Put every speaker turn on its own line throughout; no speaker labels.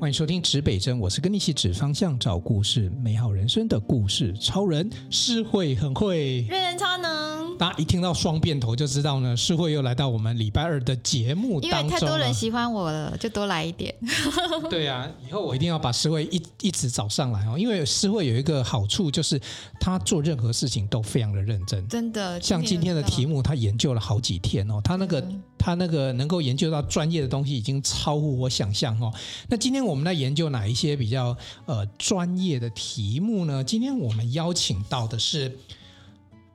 欢迎收听指北针，我是跟你一起指方向、找故事、美好人生的故事超人，诗慧很会。
瑞人超能，
大家一听到双变头就知道呢，诗慧又来到我们礼拜二的节目
因
当
为
中
太多
了
人喜欢我了，就多来一点。
对啊，以后我一定要把诗慧一一直找上来哦，因为诗慧有一个好处就是她做任何事情都非常的认真。
真的，
像今天的题
目，
目，她研究了好几天哦，她那个
嗯
她那个能够研究到专业的东西，已经超乎我想象哦。那今天我们来研究哪一些比较呃专业的题目呢？今天我们邀请到的是。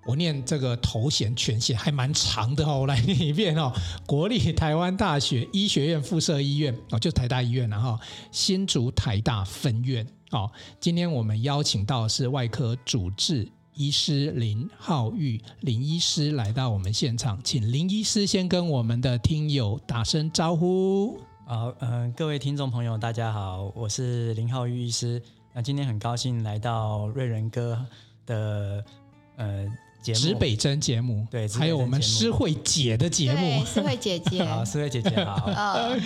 我念这个头衔全写还蛮长的哦，我来念一遍哦。 国立台湾大学医学院附设医院哦，就台大医院了哈、新竹台大分院哦。今天我们邀请到的是外科主治医师林浩玉林医师来到我们现场，请林医师先跟我们的听友打声招呼。
好，嗯、各位听众朋友，大家好，我是林浩玉医师。那今天很高兴来到瑞仁哥的呃节目，
指北针节目，
对指北针
还有我们
节
诗
目
慧姐的节目
对，，思慧姐 姐，。
好，四位姐姐好
呃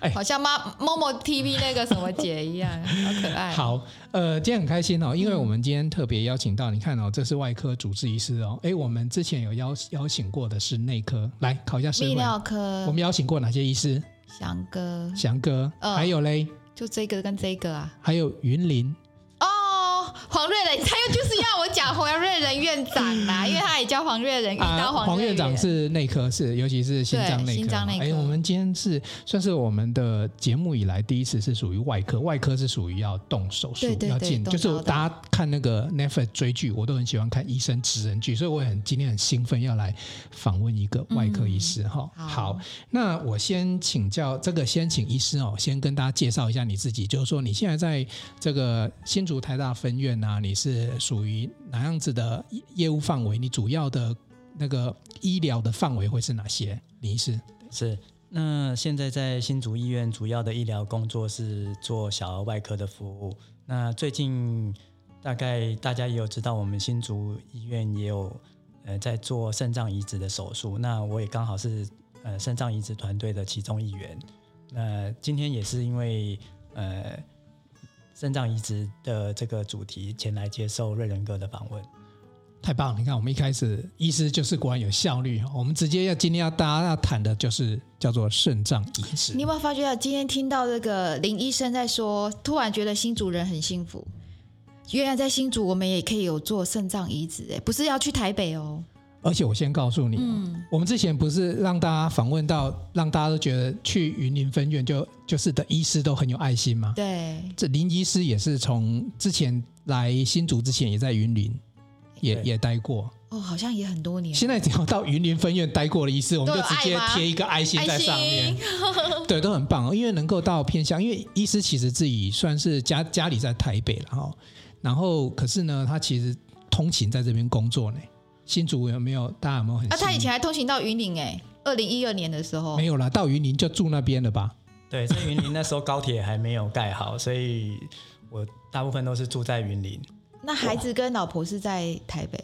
哎，
好像妈 Momo TV 那个什么姐一样，好可爱。，
好，呃，今天很开心哦，因为我们今天特别邀请到，你看哦，这是外科主治医师哦，诶，我们之前有邀邀请过的是内科，来考一下师傅，
泌尿科
我们邀请过哪些医师？
翔哥，
翔哥，
嗯
还有嘞，
就这个跟这个啊。
还有云林，
哦，黄瑞仁，他又就是要我讲黄瑞仁院长啦，因为他也叫黄瑞仁，遇到
啊黄
瑞
院长是内科，是尤其是心脏内科。
对心脏内科
哎，我们今天是算是我们的节目以来第一次是属于外科，外科是属于要动手术，
对对
要
对
进，
动
就是
刀的
大家看那个 Netflix 追剧，我都很喜欢看医生职人剧，所以我很今天很兴奋要来访问一个外科医师哈、
好
好，那我先请教这个，先请医师哦，先跟大家介绍一下你自己，就是说你现在在这个新竹台大分院啊，你是属于哪样子的业业务范围？你主要的那个医疗的范围会是哪些？林医师，
是，那现在在新竹医院主要的医疗工作是做小儿外科的服务。那最近大概大家也有知道，我们新竹医院也有呃在做肾脏移植的手术。那我也刚好是呃肾脏移植团队的其中一员。那今天也是因为呃肾脏移植的这个主题前来接受瑞仁哥的访问。
太棒了！你看，我们一开始医师就是果然有效率哦。我们直接要今天要大家要谈的就是叫做肾脏移植
你有。没有发觉到，今天听到这个林医生在说，突然觉得新主人很幸福。原来在新竹，我们也可以有做肾脏移植，哎，不是要去台北哦。
而且我先告诉你哦，
嗯
我们之前不是让大家访问到，让大家都觉得去云林分院就就是的医师都很有爱心吗？
对，
这林医师也是从之前来新竹之前也在云林。也
对
也待过，
哦，好像也很多年。
现在只要到云林分院待过的医师，我们就
都有
直
爱
接
吗
贴一个爱心在上
哎
面，对，都很棒哦。因为能够到偏乡，因为医师其实自己算是家家里在台北了哈，然后可是呢，他其实通勤在这边工作呢。新竹有没有？大家有没有很幸运？
啊，他以前还通行到云林，哎，二零一二年的时候
没，有啦，到云林就住那边了吧？
对，在云林那时候高铁还没有盖好，所以我大部分都是住在云林。
那孩子跟老婆是在台北。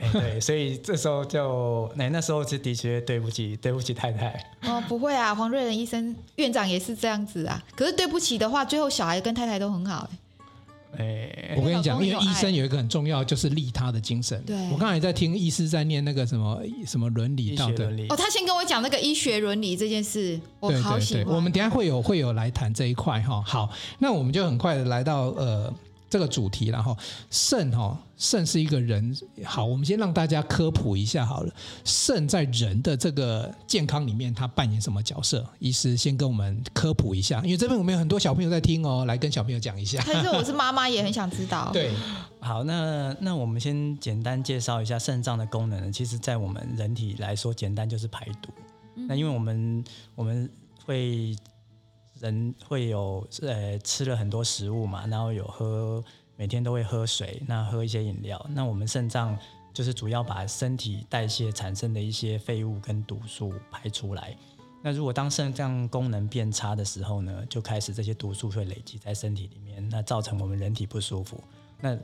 哎对，所以这时候就哎那、那时候是的确对不起，对不起太太。
哦，不会啊，黄瑞仁医生院长也是这样子啊。可是对不起的话，最后小孩跟太太都很好，哎，
哎，
我跟你
老
讲，
公
因为
有
医
爱
生有一个很重要，就是利他的精神。
对
我刚才在听医师在念那个什么什么伦理
医
道
学
德
伦，理
哦，，他先跟我讲那个医学伦理这件事，我
对
好喜
对
欢。
对，我们等一下会有会有来谈这一块哈。好，那我们就很快的来到呃这个主题了哈。肾哈，肾是一个人好，我们先让大家科普一下好了。肾在人的这个健康里面，它扮演什么角色？医师先跟我们科普一下，因为这边我们有很多小朋友在听哦，来跟小朋友讲一下。
但是我是妈妈，也很想 知道。
对，
好，那那我们先简单介绍一下肾脏的功能。其实，在我们人体来说，简单就是排毒。那因为我们我们会人会有呃吃了很多食物嘛，然后有喝呃每天都会喝水，那喝一些饮料。那我们肾脏就是主要把身体代谢产生的一些废物跟毒素排出来。那如果当肾脏功能变差的时候呢，就开始这些毒素会累积在身体里面，那造成我们人体不舒服。那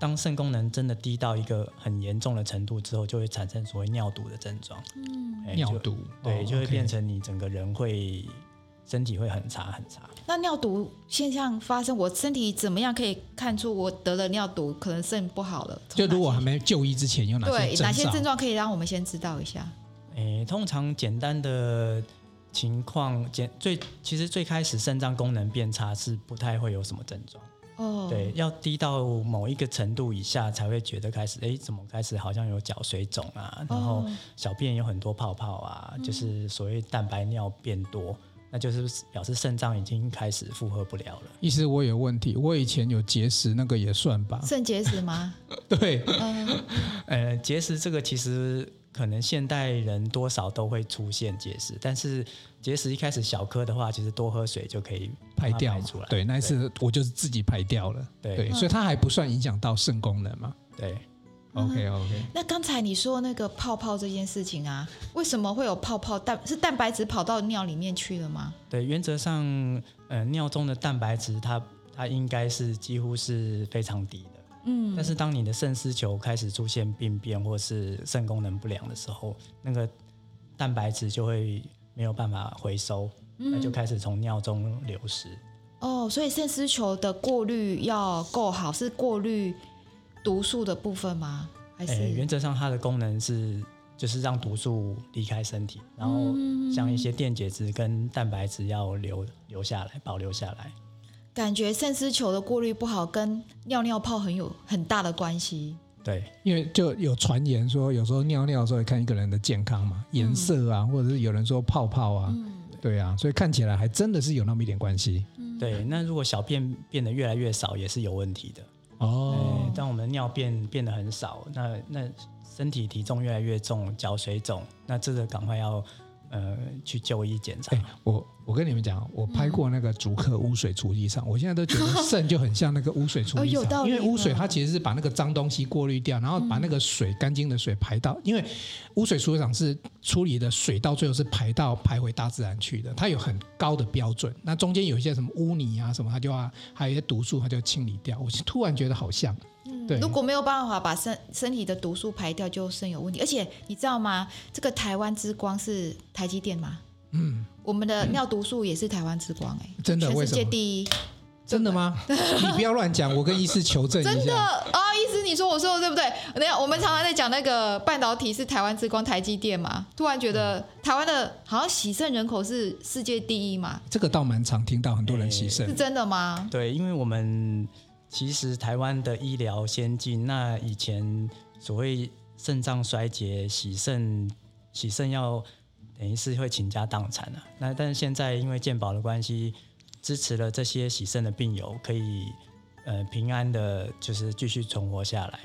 当肾功能真的低到一个很严重的程度之后，就会产生所谓尿毒的症状。嗯，
尿毒
对，
哦
就会
OK
变成你整个人会身体会很差很差。
那尿毒现象发生，我身体怎么样可以看出我得了尿毒，可能肾不好了？
就如果还
从
没就医之前有哪
哪
些
对哪些
症状？
症状可以让我们先知道一下？
诶，通常简单的情况，简最其实最开始肾脏功能变差是不太会有什么症状，
哦，
对，，要低到某一个程度以下才会觉得开始，诶，怎么开始好像有脚水肿啊，然后
哦嗯
小便有很多泡泡啊，就是所谓蛋白尿变多，那就是表示肾脏已经开始负荷不了了。
意思我有问题，我以前有结石，那个也算吧？
肾结石吗？
对，
嗯，
呃，结石这个其实可能现代人多少都会出现结石，但是结石一开始小颗的话，其实多喝水就可以把
排
它
掉
排
嘛
出来。
对，那一次我就是自己排掉了，
对
对，
嗯
所以它还不算影响到肾功能嘛。
对，
OK OK，
那刚才你说那个泡泡这件事情啊，为什么会有泡泡蛋？是蛋白质跑到尿里面去了吗？
对，原则上，呃，尿中的蛋白质它它应该是几乎是非常低的。
嗯，
但是当你的肾丝球开始出现病变或是肾功能不良的时候，那个蛋白质就会没有办法回收，那就开始从尿中流失。
哦，所以肾丝球的过滤要够好，是过滤毒素的部分吗？还是、
诶，哎原则上它的功能是就是让毒素离开身体，然后像一些电解质跟蛋白质要留留下来，保留下来。
感觉肾丝球的过滤不好，跟尿尿泡很有很大的关系？
对，
因为就有传言说，有时候尿尿的时候也看一个人的健康嘛，颜色啊，或者是有人说泡泡啊，对啊，所以看起来还真的是有那么一点关系
对，那如果小便变得越来越少，也是有问题的。
哦。
嗯，当我们尿变变得很少，那那身体体重越来越重，脚水肿，那这个赶快要呃去就医检查。
哎、我我跟你们讲，我
嗯
拍过那个竹客污水处理厂，我现在都觉得肾就很像那个污水处理
哦有道
厂，
理嗯
因为污水
了
它其实是把那个脏东西过滤掉，然后把那个水干净的水排到，因为污水处理厂是处理的水到最后是排到排回大自然去的，它有很高的标准。那中间有一些什么污泥啊什么，它就要还有一些毒素，它就要清理掉。我突然觉得好像，对，
嗯如果没有办法把身身体的毒素排掉，就肾有问题。而且你知道吗？这个台湾之光是台积电吗？嗯，我们的尿毒素也是台湾之光、哎，
真的
全
为
世
什
界
么？
第一。
真的 吗？你不要乱讲，我跟医师求证一
真的
下。
啊，意思你说我说的对不对？那我们常常在讲那个半导体是台湾之光，台积电嘛。突然觉
嗯
得台湾的好像洗肾人口是世界第一嘛，
这个倒蛮常听到很多人洗肾
是，真的吗？
对，因为我们其实台湾的医疗先进，那以前所谓肾脏衰竭、洗肾、洗肾要等于是会倾家荡产啊。那但是现在因为健保的关系，支持了这些洗肾的病友可以呃平安的，就是继续存活下来。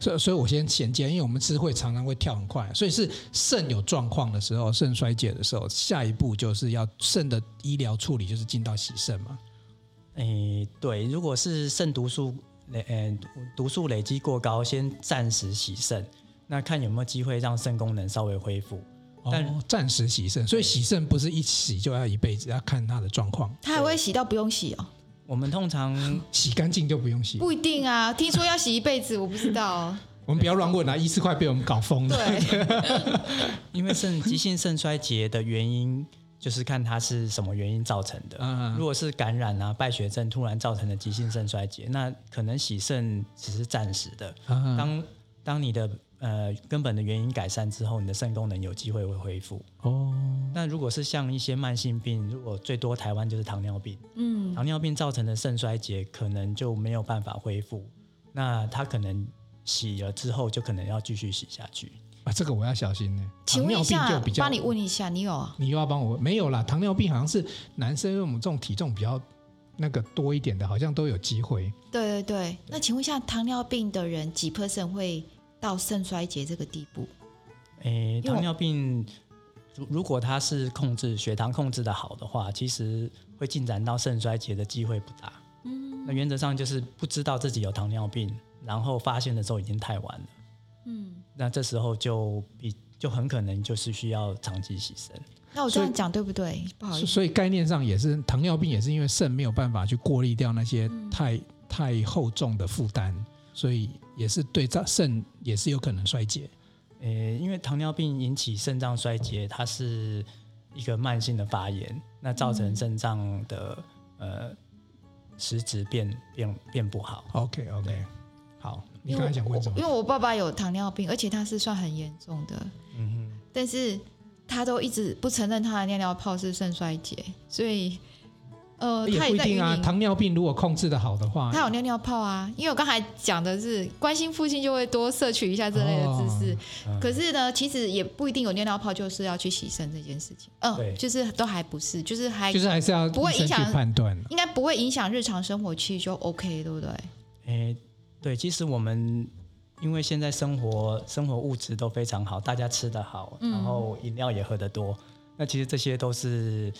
所以，所以我先衔接，因为我们是会常常会跳很快，所以是肾有状况的时候，肾衰竭的时候，下一步就是要肾的医疗处理，就是进到洗肾嘛。
诶，对，如果是肾毒素累，呃，毒素累积过高，先暂时洗肾，那看有没有机会让肾功能稍微恢复。但
哦，暂时洗肾，所以洗肾不是一洗就要一辈子，要看他的状况，
他还会洗到不用洗哦？
我们通常
洗干净就不用洗。
不一定啊，听说要洗一辈子，我不知道 哦。
我们不要乱问啊，医师快被我们搞疯了。
对，
因为肾急性肾衰竭的原因，就是看它是什么原因造成的。
嗯
如果是感染啊、败血症突然造成的急性肾衰竭，那可能洗肾只是暂时的。
啊，
当当你的呃根本的原因改善之后，你的肾功能有机会会恢复。
哦，
那如果是像一些慢性病，如果最多台湾就是糖尿病，
嗯，
糖尿病造成的肾衰竭可能就没有办法恢复，那它可能洗了之后就可能要继续洗下去。
啊，这个我要小心呢、
请
糖尿
问一
病就
下
比，较，
帮你问一下，你有啊？
你又要帮我？没有啦，糖尿病好像是男生，因为我们这种体重比较那个多一点的，好像都有机会。
对对对，那请问一下，糖尿病的人几 percent 会到肾衰竭这个地步？
诶，
因为
糖尿病如如果它是控制血糖控制的好的话，其实会进展到肾衰竭的机会不大。嗯，那原则上就是不知道自己有糖尿病，然后发现的时候已经太晚了。嗯，那这时候就比就很可能就是需要长期洗肾。
那我这样讲对不对？不好意
所
思，
所以概念上也是，糖尿病也是因为肾没有办法去过滤掉那些
嗯
太、太厚重的负担，所以也是对这肾也是有可能衰竭。
呃，因为糖尿病引起肾脏衰竭，它是一个慢性的发炎，那造成肾脏的、呃实质变变变不好。
OK OK，好，你刚才想问什么
因？为我爸爸有糖尿病，而且他是算很严重的，
嗯
但是他都一直不承认他的尿尿泡是肾衰竭，所以呃，
也
他
不一
在云
定啊，
林。
糖尿病如果控制的好的话，
他有尿尿泡啊，因为我刚才讲的是关心父亲就会多摄取一下这类的知
哦
识，
哼，嗯
可是呢，其实也不一定有尿尿泡就是要去洗肾这件事情，
对
嗯，就是都还不是，就是还
就是还是要
不会
医生
影
去
响
判断。
应该不会影响日常生活，其实就 OK，对不 对？
诶，对，其实我们因为现在生活生活物质都非常好，大家吃得好，
嗯
然后饮料也喝得多，那其实这些都是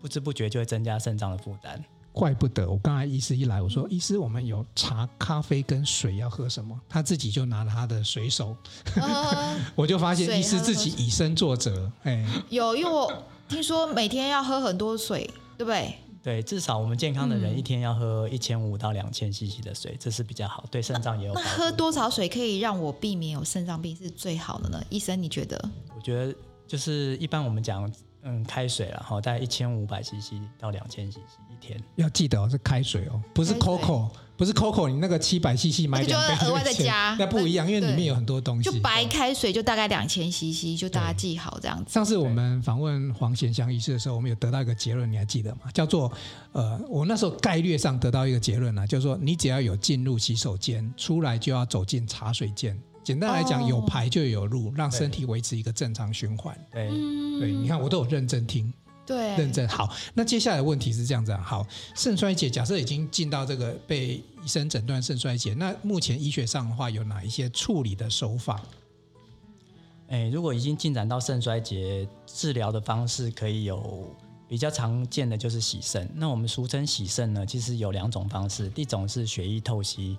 不知不觉就会增加肾脏的负担。
怪不得我刚才医师一来，我说、医师，我们有茶、咖啡跟水要喝什么？他自己就拿了他的水手，
呃，
我就发现
水
医师自己以身作则，哎，
有，因为我听说每天要喝很多水，对不对？
对，至少我们健康的人
嗯
一天要喝一千五到两千 CC 的水，这是比较好，对肾脏也有
那
帮
喝
助。
多少水可以让我避免有肾脏病是最好的呢？医生，你觉得？
我觉得就是一般我们讲，嗯，开水了哈，大概一千五百 CC 到两千 CC 一天。
要记得哦，是开水哦，不是
开水
Coco，不是 Coco，你那个七百 CC 买
那个就
两杯
要额外
那个
再加
钱那不一样，因为
对
里面有很多东西
就。白开水就大概两千 CC，就大家记好这样子。
上次我们访问黄贤香医师的时候，我们有得到一个结论，你还记得吗？叫做呃，我那时候概略上得到一个结论啊，就是说你只要有进入洗手间，出来就要走进茶水间。简单来讲，
哦
有排就有路，让身体维持一个正常循环。
对，
嗯
对，你看我都有认真听，
对，
认真好。那接下来的问题是这样子啊，好，肾衰竭假设已经进到这个被医生诊断肾衰竭，那目前医学上的话有哪一些处理的手法？
哎，如果已经进展到肾衰竭，治疗的方式可以有比较常见的就是洗肾。那我们俗称洗肾呢，其实有两种方式，一种是血液透析，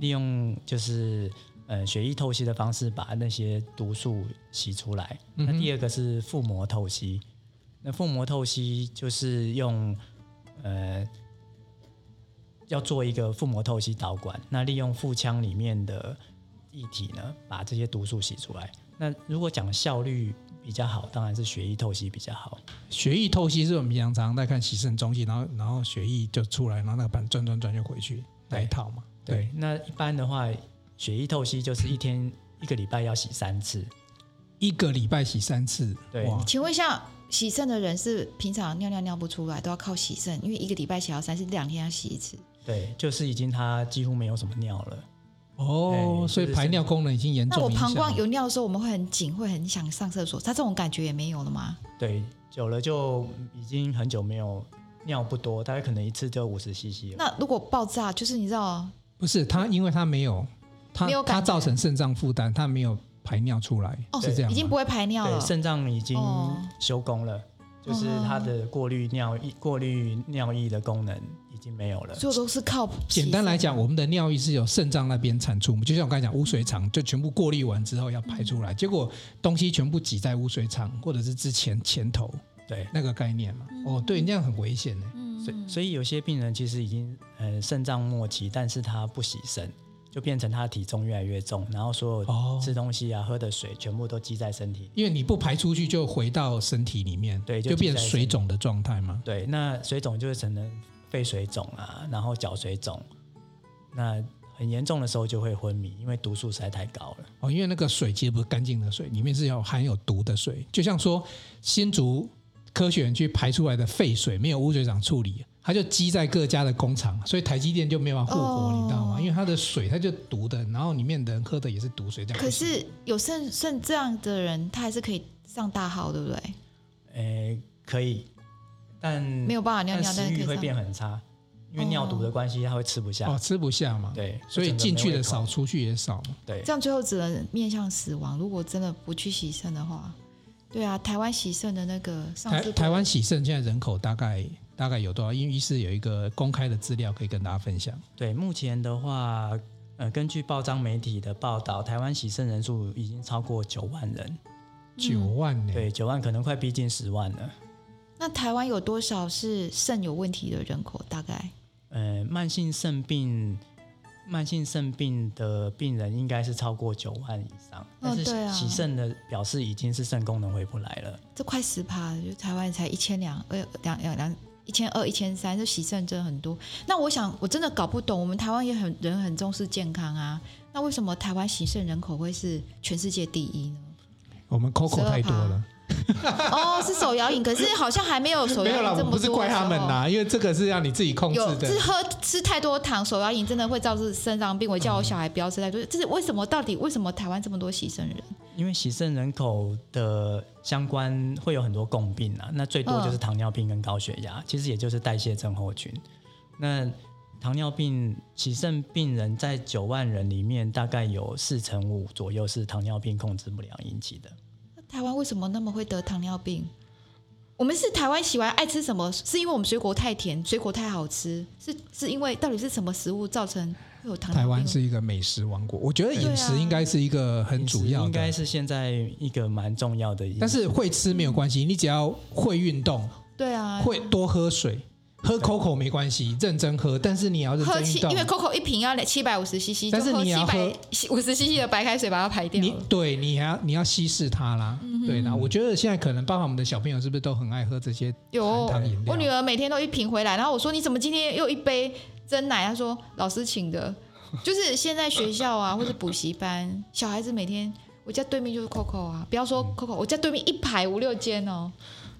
利用就是呃血液透析的方式把那些毒素洗出来。那第二个是腹膜透析，那腹膜透析就是用呃要做一个腹膜透析导管，那利用腹腔里面的液体呢，把这些毒素洗出来。那如果讲效率比较好，当然是血液透析比较好。
血液透析是我们平常常在看洗肾中心，然后然后血液就出来，然后那个板转转转就回去那一套嘛。对，，
那一般的话，血液透析就是一天一个礼拜要洗三次。
一个礼拜洗三次，
对
哇
请问一下，洗肾的人是平常尿尿尿不出来，都要靠洗肾，因为一个礼拜洗到三次，两天要洗一次。
对，就是已经他几乎没有什么尿了。
哦，
哎
所以
就是
排尿功能已经严
那
重
我
影
膀
响啊
胱
了。
有尿的时候，我们会很紧，会很想上厕所，他这种感觉也没有了吗？
对，久了就已经很久没有尿不多，大概可能一次就五十 CC 了。
那如果爆炸，就是你知道，
不是他，因为他没有他
没有感
他
觉
造成肾脏负担，他没有排尿出来，
哦，
是这样吗
已经不会排尿
对，
了。
肾脏已经
哦
休工了，就是它的过滤尿液、过滤尿液的功能已经没有了。
所以都是靠洗
简单来
肾
讲，我们的尿液是由肾脏那边产出，就像我刚才讲，污水厂就全部过滤完之后要排出来，结果东西全部挤在污水厂或者是之前前头
对，
那个概念嘛。
嗯
哦，对，那样很危险呢。
所
嗯
以所以有些病人其实已经呃肾脏末期，但是他不洗肾，就变成他体重越来越重，然后所
哦
有吃东西啊、喝的水全部都积在身体里。
因为你不排出去，就回到身体里面，
对就
就变
积在身
水肿的状态嘛。
对，那水肿就是可能肺水肿啊，然后脚水肿，那很严重的时候就会昏迷，因为毒素实在太高了。
哦，因为那个水其实不是干净的水，里面是有含有毒的水，就像说新竹科学园区排出来的废水，没有污水厂处理，它就积在各家的工厂，所以台积电就没有办法护国，
哦
你知道吗？因为它的水它就毒的，然后里面的人喝的也是毒水，这样不
可
行。
是有肾肾这样的人，他还是可以上大号，对不对？
嗯
诶，可以，但
没有办法尿
但
尿，但
食
是可
欲
以
会
上。
变很差，因为尿毒的关系，他会吃不下。
哦，吃不下嘛，，
对，
所以
整个
进去
没胃
的
口
少，出去也少嘛。
对
这样最后只能面向死亡。如果真的不去洗肾的话，对啊，台湾洗肾的那个上
台
次
台湾洗肾现在人口大概大概有多少？因为医师有一个公开的资料可以跟大家分
嗯
享。
对。目前的话，呃，根据报章媒体的报道，台湾洗肾人数已经超过九万人，
九万呢、
对，九万可能快逼近十万了。
那台湾有多少是肾有问题的人口？大概
呃，慢性肾病慢性肾病的病人应该是超过九万以上，但是
对啊
洗肾的表示已经是肾功能回不来了。
这快十趴，就台湾才一千两，呃，两两两一千二、一千三，这洗肾真的很多。那我想，我真的搞不懂，我们台湾也很人很重视健康啊，那为什么台湾洗肾人口会是全世界第一 呢？
我们 Coco
12%
太多了，
哦，是手摇饮，可是好像还没有 手
没有
摇
啦，
饮
我
这
们
么
不是
多。
怪他们啦、。因为这个是让你自己控制
有，
的
是。喝吃太多糖，手摇饮真的会导致肾脏病。我叫我小孩不要吃太多，这是为什么？到底为什么台湾这么多洗肾人？
因为洗肾人口的相关会有很多共病啊，那最
嗯
多就是糖尿病跟高血压，其实也就是代谢症候群。那糖尿病洗肾病人在九万人里面，大概有四成五左右是糖尿病控制不了引起的。
台湾为什么那么会得糖尿病？我们是台湾喜欢爱吃什么？是因为我们水果太甜，水果太好吃？是是因为到底是什么食物造成会有糖尿
台
病？
湾是一个美食王国，我觉得饮
对
食
啊
应该是一个很主要的，
应该是现在一个蛮重要的因素。
但是会吃没有关系，你只要会运动，
对啊，
会多喝水，喝 Coco 没关系，认真喝，但是你要认
喝
真运
七，
动
因为。Coco 一瓶要七百五十 CC，
但是
就喝
你也要
七
喝
百五十 CC 的白开水把它排掉
你
了。嗯
对你还要你要稀释它啦，对啦，我觉得现在可能包括我们的小朋友是不是都很爱喝这些
有，
含糖饮料？
我女儿每天都一瓶回来，然后我说你怎么今天又一杯真奶？她说老师请的， 就是现在学校啊 或者补习班，小孩子每天。我家对面就是 Coco 啊，不要说
嗯
Coco，我家对面一排五六间哦，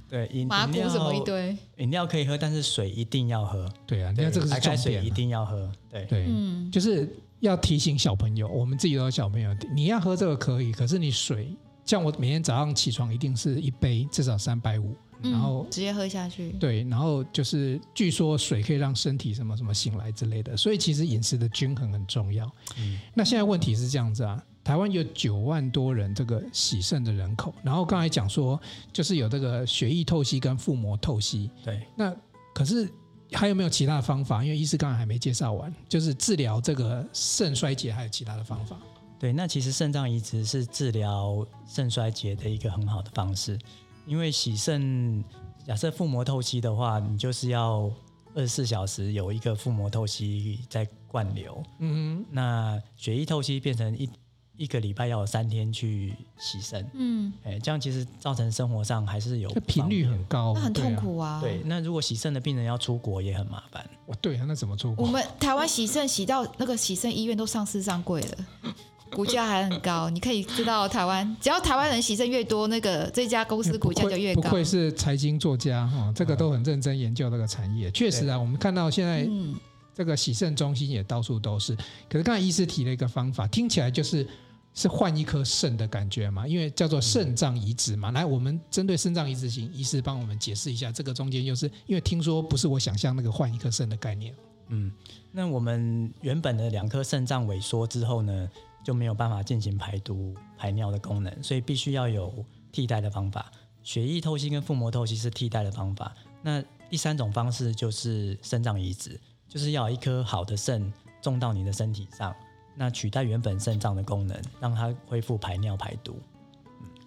对饮
麻
饮
古
料
什么一堆。
饮料可以喝，但是水一定要喝。
对啊，你看这个是
白
重
开水
点
一
啊，
定要喝。对，
对，
嗯，
就是要提醒小朋友，我们自己都有小朋友，你要喝这个可以，可是你水，像我每天早上起床一定是一杯至少三百五，然后
直接喝下去。
对，然后就是据说水可以让身体什么什么醒来之类的，所以其实饮食的均衡很重要。
嗯
那现在问题是这样子啊，台湾有九万多人这个洗肾的人口，然后刚才讲说就是有这个血液透析跟腹膜透析，
对，
那可是还有没有其他的方法？因为医师刚才还没介绍完，就是治疗这个肾衰竭还有其他的方法。
对，那其实肾脏移植是治疗肾衰竭的一个很好的方式，因为洗肾，假设腹膜透析的话，你就是要二十四小时有一个腹膜透析在灌流，
嗯
那血液透析变成一一个礼拜要有三天去洗肾，
嗯，
哎，这样其实造成生活上还是有
哼，这频率很高，
那很
对啊
痛。苦啊。
不方便。对，那如果洗肾的病人要出国也很麻烦，
哇对啊，那怎么做
我
过？
们台湾洗肾洗到那个洗肾医院都上市上柜了， 股价还很高。你可以知道台湾，只要台湾人洗肾越多，那个这家公司股价就越
不愧不
高。
愧是财经作家哈、这个都很认真研究这个产业。确实啊，我们看到现在
嗯，
这个洗肾中心也到处都是。可是刚才医师提了一个方法，听起来就是是换一颗肾的感觉嘛，因为叫做肾脏移植
嗯
嘛。来，我们针对肾脏移植型，医师帮我们解释一下，这个中间又是因为听说不是我想象那个换一颗肾的概念。
嗯，那我们原本的两颗肾脏萎缩之后呢，就没有办法进行排毒、排尿的功能，所以必须要有替代的方法。血液透析跟腹膜透析是替代的方法。那第三种方式就是肾脏移植，就是要有一颗好的肾种到你的身体上，那取代原本肾脏的功能，让它恢复排尿排毒。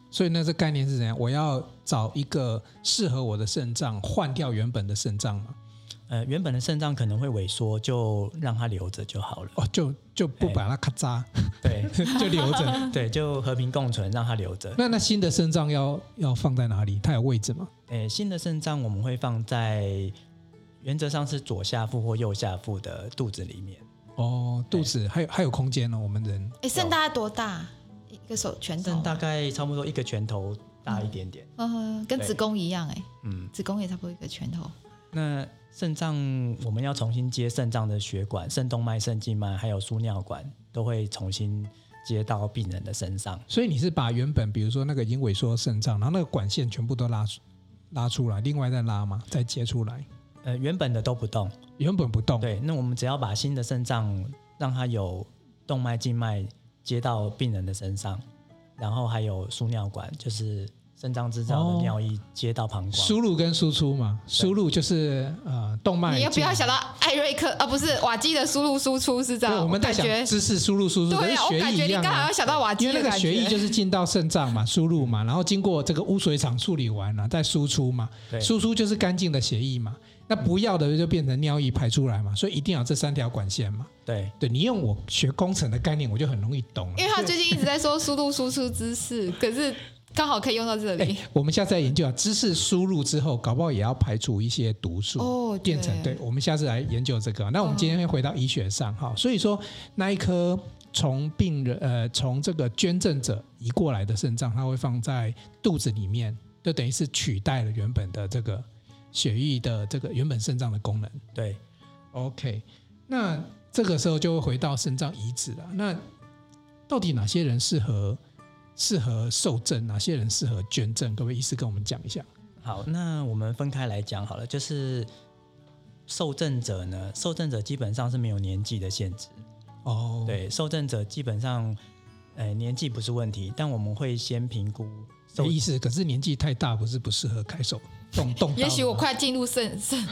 所以呢，这概念是怎样？我要找一个适合我的肾脏，换掉原本的肾脏嘛？
呃，原本的肾脏可能会萎缩，就让它留着就好了。
哦，就就不
哎
把它咔嚓，
对
就留着。
对，就和平共存，让它留着。
那那新的肾脏要要放在哪里？它有位置吗？
诶，新的肾脏我们会放在原则上是左下腹或右下腹的肚子里面，
哦，肚子还有还有空间哦呢、我们人
哎，肾大概多大？一个手拳头
肾。大概差不多一个拳头大一点点。
嗯，跟
对
子宫一样哎，
嗯，
子宫也差不多一个拳头。
那肾脏我们要重新接肾脏的血管，肾动脉、肾静脉还有输尿管都会重新接到病人的身上。
所以你是把原本比如说那个已经萎缩的肾脏，然后那个管线全部都拉出拉出来，另外再拉嘛，再接出来，
呃，原本的都不动，
原本不动。，
对，那我们只要把新的肾脏让它有动脉、静脉接到病人的身上，然后还有输尿管，就是肾脏制造的尿液接到膀胱。
输入跟输出嘛，输入就是呃动脉
你
进。
要不要想到艾瑞克啊？不是瓦基的输入输出是这
对
样，
我们在
感
想
觉
知识输入输出，可
对
是
啊，我
血
感
液
觉
一
你
样
刚
啊
好要想到瓦基
因
的
为那个
感
血液
觉
就是进到肾脏嘛， 输入嘛，然后经过这个污水厂处理完了，再输出嘛，
对
输出就是干净的血液嘛，那不要的就变成尿液排出来嘛，所以一定要这三条管线嘛。
对，
对你用我学工程的概念，我就很容易懂了。
因为他最近一直在说输入输出知识，可是刚好可以用到这里
哎。，我们下次来研究啊，知识输入之后，搞不好也要排除一些毒素，
哦对哦
变成对。我们下次来研究这个。啊那我们今天会回到医学上哈，所以说那一颗从病人呃从这个捐赠者移过来的肾脏，它会放在肚子里面，就等于是取代了原本的这个血液的这个原本肾脏的功能。
对，
OK，那这个时候就会回到肾脏移植了。那到底哪些人适合适合受赠，哪些人适合捐赠？各位医师跟我们讲一下。
好，那我们分开来讲好了，就是受赠者呢，受赠者基本上是没有年纪的限制，
哦，
对，受赠者基本上，呃，年纪不是问题，但我们会先评估受
有意思。可是年纪太大，不是不适合开手动动刀吗。
也许我快进入肾肾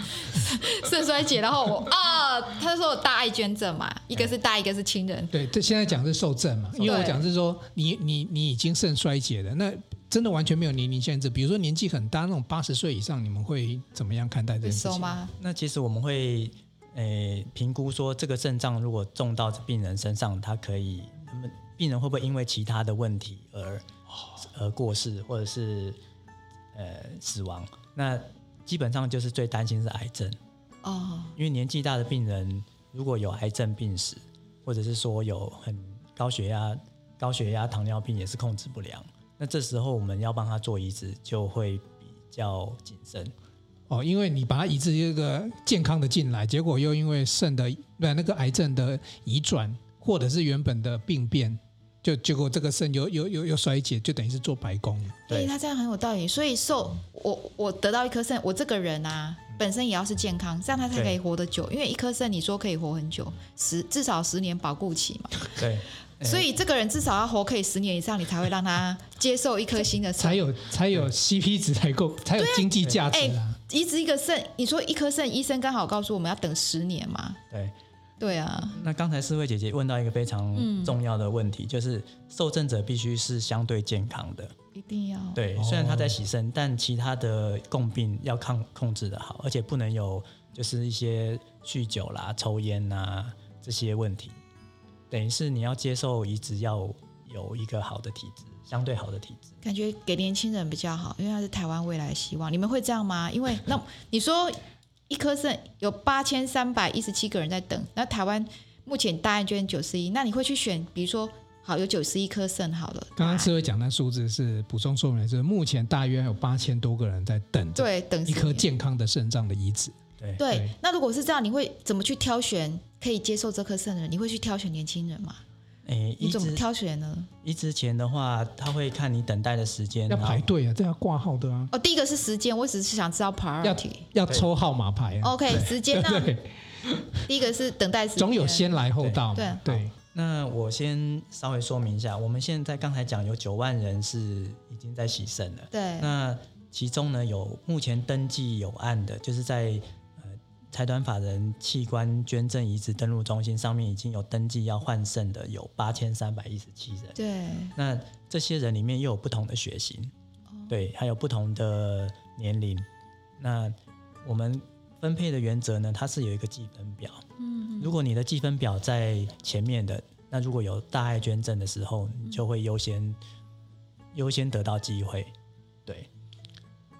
肾衰竭，然后我啊，他说我大爱捐赠嘛，一个是大，一个是亲人，
对，这现在讲是受赠嘛，因为我
对
讲是说你你你已经肾衰竭了，那真的完全没有年龄限制。比如说年纪很大那种八十岁以上，你们会怎么样看待这
会
件事
收
情？
吗？
那其实我们会诶评估说，这个肾脏如果种到病人身上，它可以，那么病人会不会因为其他的问题而而过世，或者是呃死亡？那基本上就是最担心是癌症，
哦，
因为年纪大的病人如果有癌症病史，或者是说有很高血压、高血压、糖尿病也是控制不良，那这时候我们要帮他做移植就会比较谨慎。
哦，因为你把它移植一个健康的进来，结果又因为肾的不那个癌症的移转，或者是原本的病变，就结果这个肾又又又又衰竭，就等于是做白工了。
哎、
对
他这样很有道理。所以受我我得到一颗肾，我这个人啊，本身也要是健康，这样他才可以
对
活得久。因为一颗肾，你说可以活很久，十至少十年保固期嘛，
对。
所以这个人至少要活可以十年以上，你才会让他接受一颗新的
才
肾。
有才有 CP 值才够，才有经济价值
哎
啊！
移植一个肾，你说一颗肾，医生刚好告诉我们要等十年嘛？
对，
对啊，
那刚才四位姐姐问到一个非常重要的问题，就是受赠者必须是相对健康的。
一定要。
对，
哦
虽然他在洗肾，但其他的共病要抗控制的好，而且不能有就是一些酗酒啦、抽烟呐这些问题。等于是你要接受移植，要有一个好的体质，相对好的体质。
感觉给年轻人比较好，因为他是台湾未来的希望。你们会这样吗？因为那你说一颗肾有八千三百一十七个人在等，那台湾目前大案捐九十一，那你会去选，比如说好有九十一颗肾好了，
刚刚是会讲那数字是补充说明，是目前大约有八千多个人在等着
对等
一颗
10年
健康的肾脏的移植。
对，
对
对
那如果是这样，你会怎么去挑选可以接受这颗肾的人？你会去挑选年轻人吗？
诶，移
你怎么
植
挑选呢？
移植前的话，他会看你等待的时间，
要
然后
排队啊，这要挂号的啊，
哦，第一个是时间，我只是想知道
要
priority。
要抽号码牌啊。
OK，时间 那
对，
第一个是等待时间，
总有先来后到
对
嘛。对，
那我先稍微说明一下，我们现在刚才讲有九万人是已经在洗肾了，
对
那其中呢有目前登记有案的，就是在呃财团法人器官捐赠移植登录中心上面已经有登记要换肾的有八千三百一十七人，
对
那这些人里面又有不同的血型，对，还有不同的年龄。那我们分配的原则呢，它是有一个计分表。嗯，如果你的计分表在前面的，那如果有大爱捐赠的时候，你就会优先优先得到机会。对，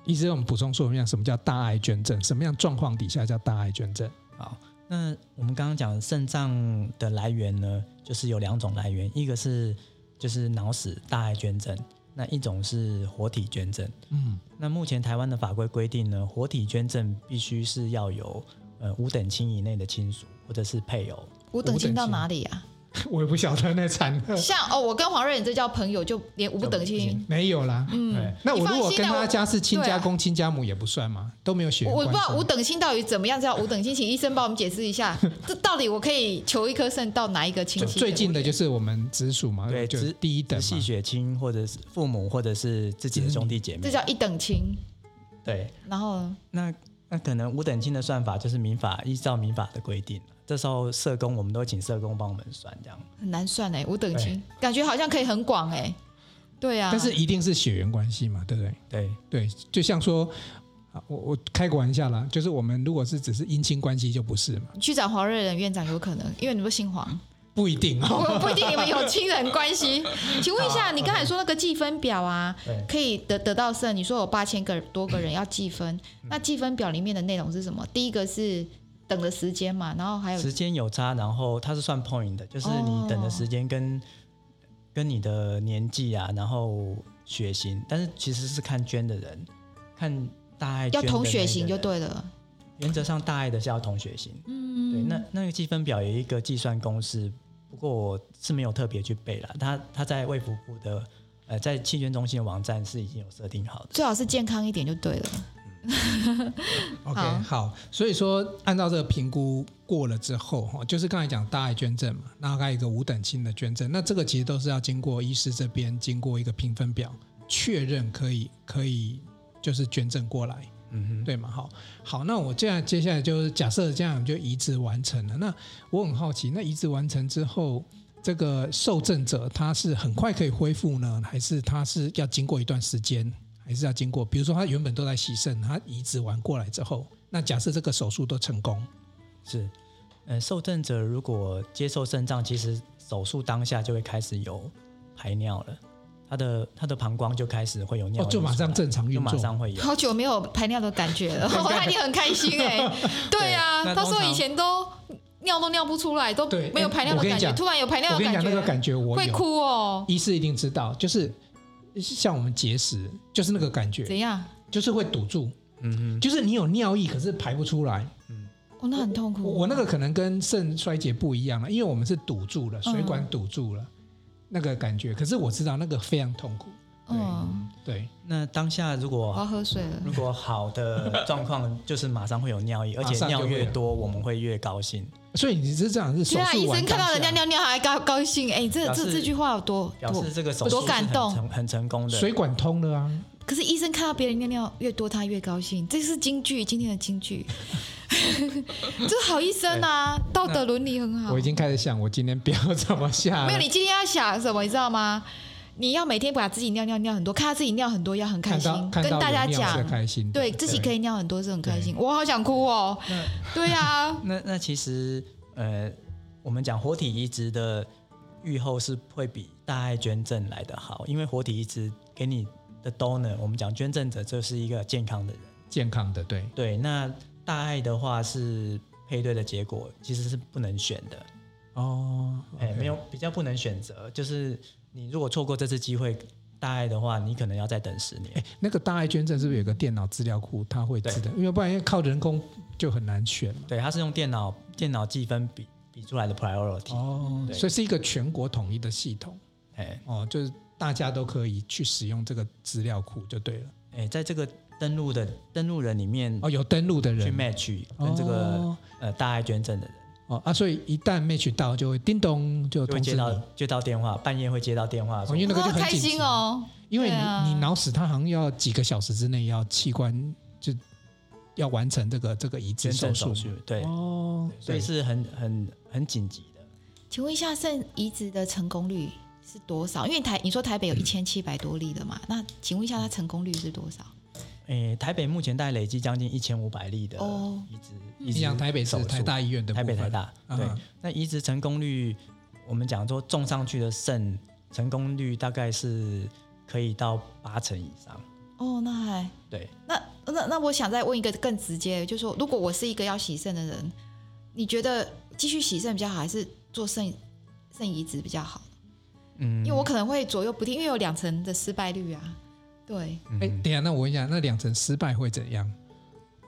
医生，我们补充说明一下，什么叫大爱捐赠？什么样状况底下叫大爱捐赠？
好，那我们刚刚讲肾脏的来源呢，就是有两种来源，一个是就是脑死大爱捐赠，那一种是活体捐赠。
嗯，
那目前台湾的法规规定呢，活体捐赠必须是要有呃五等亲以内的亲属或者是配偶，
五等
五等
亲到
亲
哪里啊？
我也不晓得那产 的
像哦，我跟黄瑞仁这叫朋友，就连无不等亲。
没有啦。
嗯
对，
那
你
我
放
如果
心
跟
啦
他
我
家是亲
对
家
啊
公、亲家母也不算吗？都没有血缘
我不
关
知
系吗。
道五等亲到底怎么样叫五等亲，请医生帮我们解释 一下。这到底我可以求一颗肾到哪一个亲
最
戚？
最近的就是我们直属嘛，
对
就
直
第一等
直系
嘛
血亲或者是父母或者是自己的兄弟姐
这
妹，
叫一等亲。
嗯
对，
然后
那那可能五等亲的算法就是民法依照民法的规定，这时候社工我们都会请社工帮我们算这样。
很难算哎，五等亲感觉好像可以很广哎。对啊，
但是一定是血缘关系嘛，对不对？
对，
对，就像说，啊我我开个玩笑啦，就是我们如果是只是姻亲关系就不是嘛，
你去找黄瑞仁院长有可能，因为你们姓黄，
不一定哦。
我不一定你们有亲人关系。请问一下，你刚才说那个计分表啊，
对
可以得得到胜，你说有八千个多个人要计分，
嗯
那计分表里面的内容是什么？第一个是等的时间嘛，然后还有
时间有差，然后它是算 point 的，就是
哦
你等的时间跟、跟你的年纪啊，然后血型，但是其实是看捐的人，看大爱
要
捐的
同
那
血
个
型就
人，
对了。
原则上大爱的是要同血型。
嗯，
对，那那个计分表有一个计算公式，不过我是没有特别去背啦。它它在卫福部的呃，在弃捐中心的网站是已经有设定好的。
最好是健康一点就 对了。
OK，
好
好，所以说按照这个评估过了之后，哈，就是刚才讲大爱捐赠嘛，那还有一个五等亲的捐赠，那这个其实都是要经过医师这边经过一个评分表确认可以可以就是捐赠过来，
嗯哼，
对嘛？好，好，那我这样接下来就是假设这样就移植完成了，那我很好奇，那移植完成之后。这个受赠者他是很快可以恢复呢，还是他是要经过一段时间，还是要经过？比如说他原本都在洗肾，他移植完过来之后，那假设这个手术都成功，
是。呃，受赠者如果接受肾脏，其实手术当下就会开始有排尿了，他的他的膀胱就开始会有尿
哦
液出
就
来、
马上正常运
就马
作
上会有。
好久没有排尿的感 觉了，我看你很开心哎、对啊，
那
他
通
说
常
以前都尿都尿不出来，都
对
没有
哎
排尿
我
的
跟你
感觉，
讲
突然有排尿
我
的
跟你讲
感觉，
那个感觉我
会
有，
哭哦。
医师一定知道，就是像我们结石，就是那个感觉，
怎样？
就是会堵住，
嗯哼，
就是你有尿意，可是排不出来。
哦，那很痛苦。
我我那个可能跟肾衰竭不一样了，因为我们是堵住
嗯
了，水管堵住了、那个感觉。可是我知道那个非常痛苦，
嗯，
对，
那当下如果
我要喝水了。
如果好的状况，就是马上会有尿意，而
马
且
上就
尿
会
越
有
多，我们会越高兴。
所以你是这样是手
对啊，
术
医
完
生看到
当
人家
下
尿尿还高高兴，哎、这
表
这
示
这句话有多
表
多
示？这个手术
多
是
感
很
动
成很成功的。
水管通了啊，
可是医生看到别人尿尿越多，他越高兴，这是京剧，今天的 京剧。这好医生啊，道德伦理很
嗯
好。
我已经啊开始想我今天不要怎么下
嗯没有，
了。
你今天要想什么，你知道吗？你要每天把自己尿尿尿很多，看到自己尿很多要很开
看
心
到，看
跟
到
大家
有尿是
讲，
开心的，
对自己可以尿很多是很开心。我好想哭哦，对啊，
那那其实呃，我们讲活体移植的预后是会比大爱捐赠来的好，因为活体移植给你的 donor，我们讲捐赠者就是一个健康的人。
健康的，对，
对，那大爱的话是配对的结果，其实是不能选的，
哦，
哎、
OK
没有比较不能选择，就是你如果错过这次机会，大爱的话，你可能要再等十年。
那个大爱捐赠是不是有个电脑资料库，它会知道，因为不然靠人工就很难选嘛。
对，它是用电脑电脑计分比比出来的 priority，哎、
哦，
对
所以是一个全国统一的系统。
哎
哦，就是大家都可以去使用这个资料库就对了。
哎、在这个登录的登录人里面
哦，有登录的
嗯去
人
match 跟这个、
哦
呃大爱捐赠的人，
哦啊，所以一旦 match 到，就会叮咚就
就会
通知
接
你，
到
哦
接到电话，半夜会接到电话说，
因为那个
好
就很
开
紧急
心，哦。
因为你、
对啊
你脑死，它好像要几个小时之内要器官就要完成这个这个移植
捐
手
赠
术
手
嘛
续，对，
哦，
所以是很很很紧急的。
请问一下，肾移植的成功率是多少？因为台你说台北有一千七百多例的嘛，那请问一下，它成功率是多少？
诶、台北目前大概累积将近一千五百例的
哦
移植，移
你
植
像台北市
手术
台大医院的
台北
部分
台大，
嗯
对，那移植成功率，我们讲说种上去的肾成功率大概是可以到八成以上，
哦，那还
对，
那那那我想再问一个更直接，就是说，如果我是一个要洗肾的人，你觉得继续洗肾比较好，还是做肾肾移植比较好？
嗯，
因为我可能会左右不定，因为有两成的失败率啊。对，
哎、
嗯
等一下，那我问一下，那两层失败会怎样？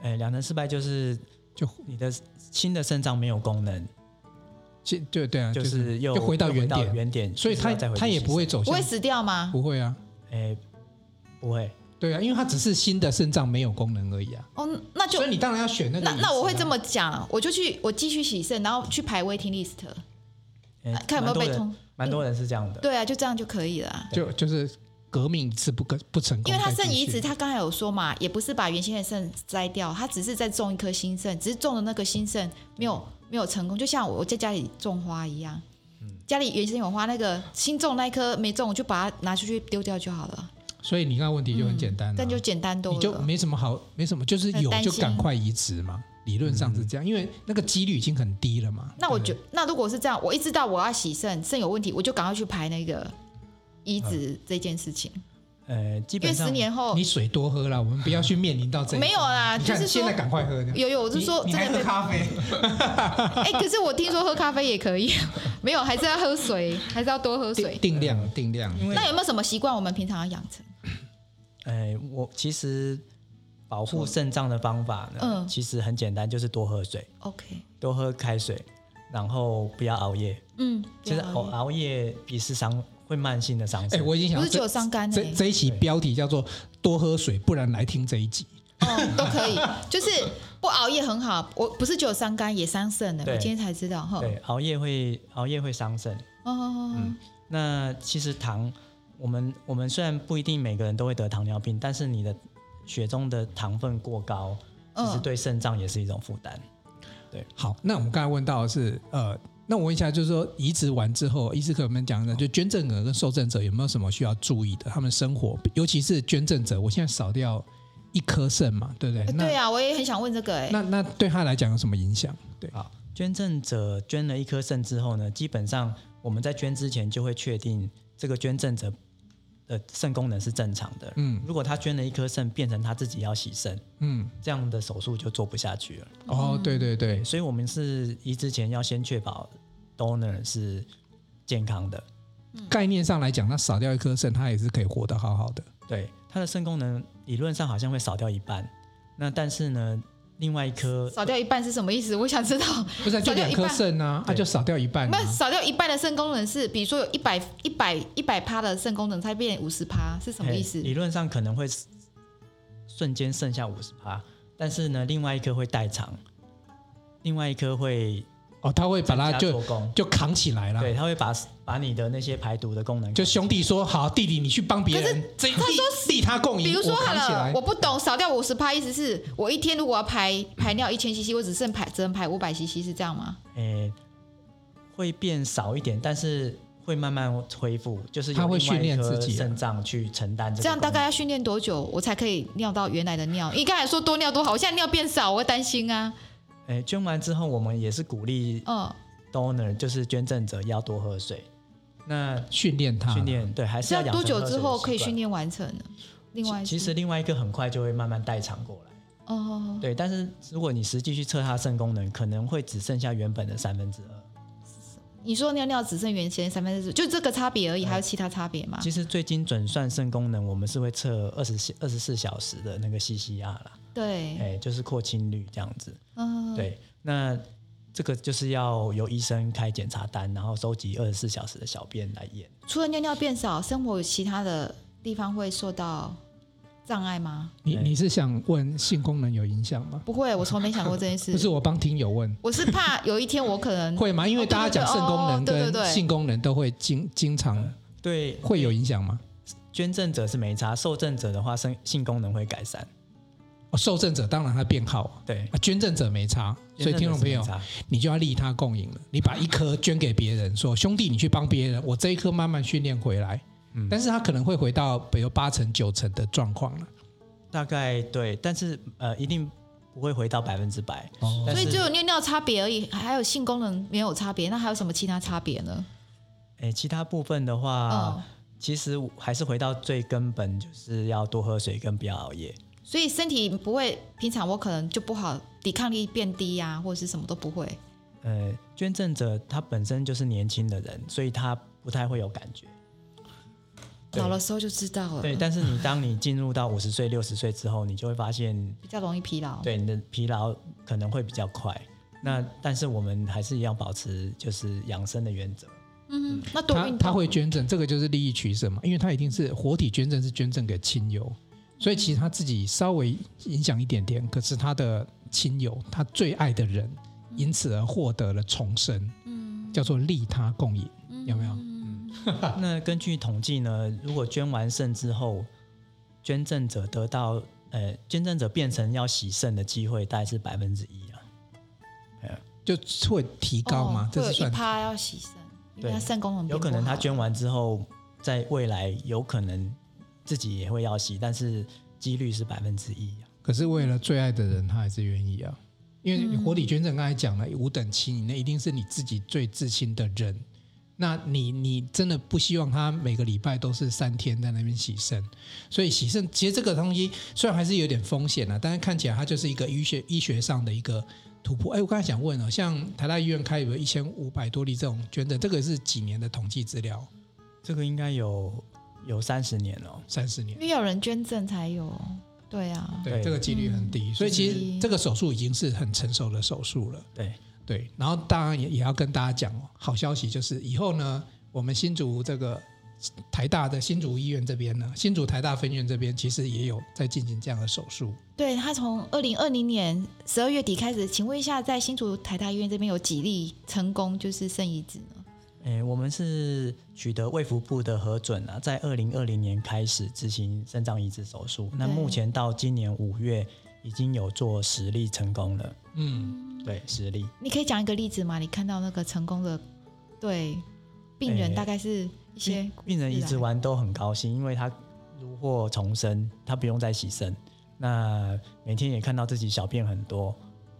诶、两人失败就是
就
你的新的肾脏没有功能，
其对对啊，
就
就是
又
又回到原
又回
点，
原点，
所以
就是
他
要再回去
他也不会
牺牲，
走
不
向
会死掉吗？
不会啊，
哎，不会，
对啊，因为它只是新的肾脏没有功能而已啊，
哦，那就
所以你当然要选那个
那
移植啊。
那我会这么讲，我就去我继续洗肾，然后去排 waiting list，
哎
啊看有没有被，
蛮多人
通。
蛮多人是这样的，
对啊，就这样就可以了啊。
就就是革命一次不可不成功，
因为他
再
肾
继
移
续
植，他刚才有说嘛，也不是把原先的肾摘掉，他只是在种一颗新肾，只是种的那个新肾没有没有成功，就像我我在家里种花一样，
嗯
家里原先有花，那个新种那一颗没种，我就把它拿出去丢掉就好了，
所以你刚刚问题就很简单、啊
嗯但就简单多
你就
了。
没什么好，没什么，就是有
很担
就
心
赶快移植嘛。理论上是这样，因为那个几率已经很低了嘛。
那我
对
就
不
那如果是这样，我一知道我要洗肾，肾有问题，我就赶快去排那个移
嗯
植这件事情，
呃，基
因
本
为十
上
年后
对你水多喝啦，我们不要去面临到这一
没有啦，
你
就
看
是说
现在赶快喝，
有有，我是说
你
真
你还
的
喝
被
咖啡，
哎、可是我听说喝咖啡也可以， 没有，还是要喝水，还是要多喝
定
水。
定量定量，
因为
那有没有什么习惯我们平常要养成？
哎，我其实保护肾脏的方法呢，
嗯
其实很简单，就是多喝水，
OK，
多喝开水，然后不要熬夜。
嗯，
其实
有啊
熬熬夜也是伤，会慢性的伤
哎、
肾。
我已经想
不
到
是只有
这
伤肝的、
这这一期标题叫做“多喝水，不然来听这一集
哦，都可以，就是不熬夜很好。我不是只有伤肝，也伤肾的。
对
我今天才知道哈。
对嗯熬夜会熬夜会伤肾。
哦哦，哦
那其实糖，我们我们虽然不一定每个人都会得糖尿病，但是你的血中的糖分过高，其实
嗯
对肾脏也是一种负担。”。
好，那我们刚才问到的是呃。那我问一下，就是说移植完之后，医师可们讲的，就捐赠者跟受赠者有没有什么需要注意的？他们生活，尤其是捐赠者，我现在少掉一颗肾嘛，对不对？
哎
那
对啊，我也很想问这个哎、
那那对他来讲有什么影响？对，
好，捐赠者捐了一颗肾之后呢，基本上我们在捐之前就会确定这个捐赠者的肾功能是正常的。
嗯
如果他捐了一颗肾，变成他自己要洗肾，
嗯，
这样的手术就做不下去了。
哦，
嗯
对对对，
所以我们是移植前要先确保 donor 是健康的，
嗯
概念上来讲，他少掉一颗肾，他也是可以活得好好的。
对他的肾功能理论上好像会少掉一半，那但是呢，另外一颗
少掉一半是什么意思？我想知道。
不是啊，就
少掉
两
一半
颗肾啊，他
对
就少掉一半、
没有
啊。
少掉一半的肾功能是，比如说有一百一百一百趴的肾功能，才变五十趴，是什么意思
嘿？理论上可能会瞬间剩下五十趴，但是呢，另外一颗会代偿，另外一颗会
哦，他会把它
增加
就
做工，
就扛起来了。
对，他会把把你的那些排毒的功能
就兄弟说好，弟弟你去帮别人，这他说弟他共赢，
比如说
我
好
扛起
了
来，
我。不懂，少掉五十趴，意思是我一天如果要排排尿一千 CC，我只剩排只能排五百 CC，是这样吗？
诶、会变少一点，但是会慢慢恢复，就是有
他会
另外
训练
一颗
自己啊
肾脏去承担这
这样
个
大
功
概要训练多啊久，我才可以尿到原来的尿？你刚才说多尿多好，我现在尿变少，我会担心啊。
能。诶、捐完之后，我们也是鼓励
嗯，
donor，就是捐赠者要多喝水。那
训练他，
训练对，还是
这
要
样
养
多
成
久
喝
之
水的
后
习
可以
惯
训？练完成呢？另外一
其
次
实另外一个很快就会慢慢代偿过来。
哦，
对，但是如果你实际去测它肾功能，可能会只剩下原本的三分之
啊
二。
你说尿尿只剩原先三分之，就这个差别而已，还有其他差别吗？
其实最精准算肾功能，我们是会测二十二十四小时的那个 CCR 啦，
对，
哎，就是扩清率这样子。
嗯，
对，那这个就是要由医生开检查单，然后收集二十四小时的小便来验。
除了尿尿变少，生活有其他的地方会受到障碍吗？
你你是想问性功能有影响吗？
不会，我从没想过这件 事。
不是，我帮听友问，
我是怕有一天我可能
会吗？因为
哦对
大家讲
对对
肾功能
哦对对
跟
对
性功能都会经经
嗯
常
对，
会有影响吗？
捐赠者是没差，受赠者的话，生性功能会改善。
哦受赠者当然他变好啊，
对，
啊，捐赠者没差，所以听众朋友
捐赠者是没，差
你就要利他共赢了。你把一颗捐给别人，说兄弟，你去帮别人，我这一颗慢慢训练回来。
嗯
但是他可能会回到比如八成九成的状况了。
大概对，但是呃，一定不会回到百分之百。
哦
但
所
是
以只有尿尿差别而已，还有性功能没有差别，那还有什么其他差别呢？
诶，哎其他部分的话，
嗯，
其实还是回到最根本，就是要多喝水跟不要熬夜。
所以身体不会，平常我可能就不好，抵抗力变低呀、或者是什么都不会。
呃，捐赠者他本身就是年轻的人，所以他不太会有感觉。对
老的时候就知道了，
对，但是你当你进入到五十岁、六十岁之后，你就会发现，
比较容易疲劳。
对你的疲劳可能会比较快。那但是我们还是要保持就是养生的原则。
嗯，那多
他
运动
他会捐赠，这个就是利益取舍嘛，因为他一定是活体捐赠，是捐赠给亲友，所以其实他自己稍微影响一点点，可是他的亲友，他最爱的人，因此而获得了重生，
嗯
叫做利他共赢，有没有？
嗯
那根据统计呢，如果捐完肾之后，捐赠者得到呃，捐赠者变成要洗肾的机会大概是百分之一啊。
就会提高嘛，
哦
这是
会有一
算
趴要牺牲，因为
对
他肾功能变
有可能
不
他
好
捐完之后，在未来有可能自己也会要洗，但是几率是百分之一啊。
可是为了最爱的人，他还是愿意啊。因为你活体捐赠刚才讲了五等亲，你那一定是你自己最至亲的人。那你你真的不希望他每个礼拜都是三天在那边洗肾，所以洗肾其实这个东西虽然还是有点风险啊，但是看起来它就是一个医学医学上的一个突破。哎，我刚才想问哦，像台大医院开有一千五百多例这种捐赠，这个是几年的统计资料？
这个应该有有三十年哦了、
三十年
因。为有人捐赠才有，对啊，
对，
对
这个几率很低，所以其
嗯
实这个手术已经是很成熟的手术了。
对，
对，然后当然也也要跟大家讲哦，好消息就是以后呢，我们新竹这个台大的新竹医院这边呢，新竹台大分院这边其实也有在进行这样的手术。
对他从二零二零年十二月底开始，请问一下，在新竹台大医院这边有几例成功就是肾移植呢？
诶，我们是取得卫福部的核准啊，在二零二零年开始执行肾脏移植手术。那
对
目前到今年五月已经有做十例成功了，
嗯，
对，十例。
你可以讲一个例子吗？你看到那个成功的对病人
哎
大概是一些
病病人移
啊
植完都很高兴，因为他如获重生，他不用再洗肾，那每天也看到自己小便很多，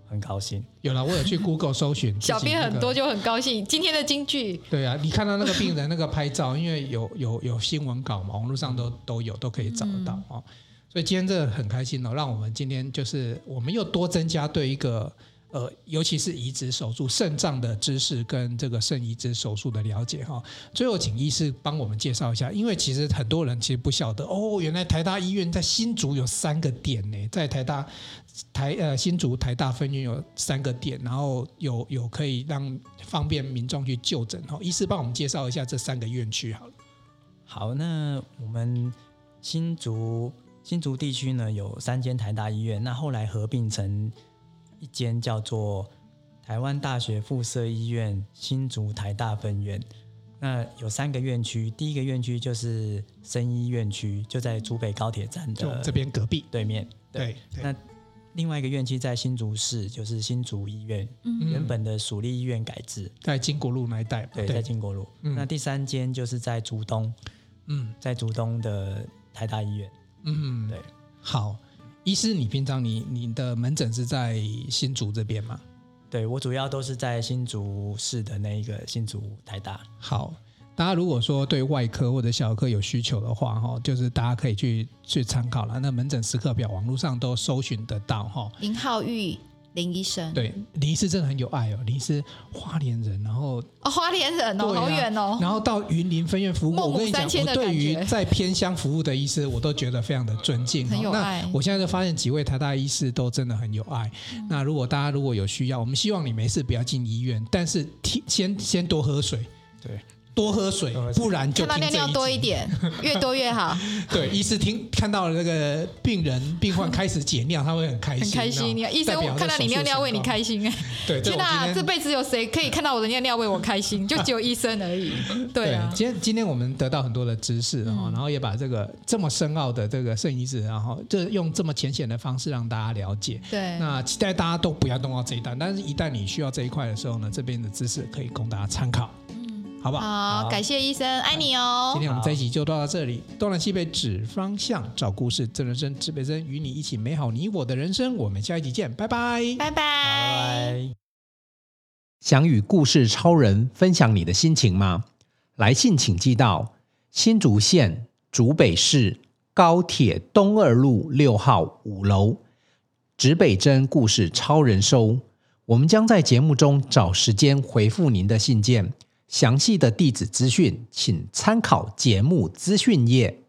很高兴。
有了，我有去 Google 搜寻，
小
自己
便
那个
很多。就很高兴。今天的金句，
对啊，你看到那个病人那个拍照，因为有有有新闻稿嘛，网络上都都有，都可以找得到哦。所以今天这个很开心哦，让我们今天就是我们又多增加对一个呃，尤其是移植手术肾脏的知识跟这个肾移植手术的了解哈、哦最后请医师帮我们介绍一下，因为其实很多人其实不晓得哦，原来台大医院在新竹有三个点呢，在台大台呃新竹台大分院有三个点，然后有有可以让方便民众去就诊哈、哦。医师帮我们介绍一下这三个院区好了。
好，那我们新竹新竹地区呢有三间台大医院，那后来合并成一间叫做台湾大学附设医院新竹台大分院。那有三个院区，第一个院区就是生医院区，就在竹北高铁站
就我们
的
这边隔壁，
呃对面。
对对
那另外一个院区在新竹市，就是新竹医院，
嗯
原本的属立医院改制，
在金国路那一带嘛，
对，在金国路。那第三间就是在竹东，
嗯
在竹东的台大医院。
嗯，
对，
好。医师，你平常你你的门诊是在新竹这边吗？
对我主要都是在新竹市的那一个新竹台大。
好，大家如果说对外科或者小儿科有需求的话，哈，就是大家可以去去参考了。那门诊时刻表网络上都搜寻得到，哈。
林浩玉林医生，
对，林医师真的很有爱哦，林医师花莲人，然后
哦，花莲人
对
哦，
啊
好远哦，
然后到云林分院服务，
孟母
我跟你讲，
三迁的
我对于
感觉
在偏乡服务的医师，我都觉得非常的尊敬。哦
很有
那
爱
我现在就发现几位台大医师都真的很有爱。
嗯
那如果大家如果有需要，我们希望你没事不要进医院，但是听先先多喝水，
对，
多喝水
多喝，水
不然就
看到
听
尿
这
尿
一
多
集
一点，越多越好，
对，医师听看到了那个病人病患开始解尿，他会很开心，
很开心。你
你知道吗代
医生
表
看到你尿尿为你
他的
开心哎，
手术成功对，
天
哪、
哪，这辈子有谁可以看到我的尿尿为我开心？就只有医生 而已。对啊，嗯
今天今天我们得到很多的知识哈、然后也把这个这么深奥的这个肾移植，然后这用这么浅显的方式让大家了解。
对，
那期待大家都不要动到这一段，但是一旦你需要这一块的时候呢，这边的知识可以供大家参考，好不好？
嗯好，感谢医生，爱你哦
今。天我们这一集就到这里。东南西北指方向，找故事，真人生，指北针，与你一起美好你我的人生。我们下一集见，拜拜。
拜拜。
拜。
想与故事超人分享你的心情吗？来信请寄到新竹县竹北市高铁东二路六号五楼，指北针故事超人收。我们将在节目中找时间回复您的信件，详细的地址资讯请参考节目资讯页。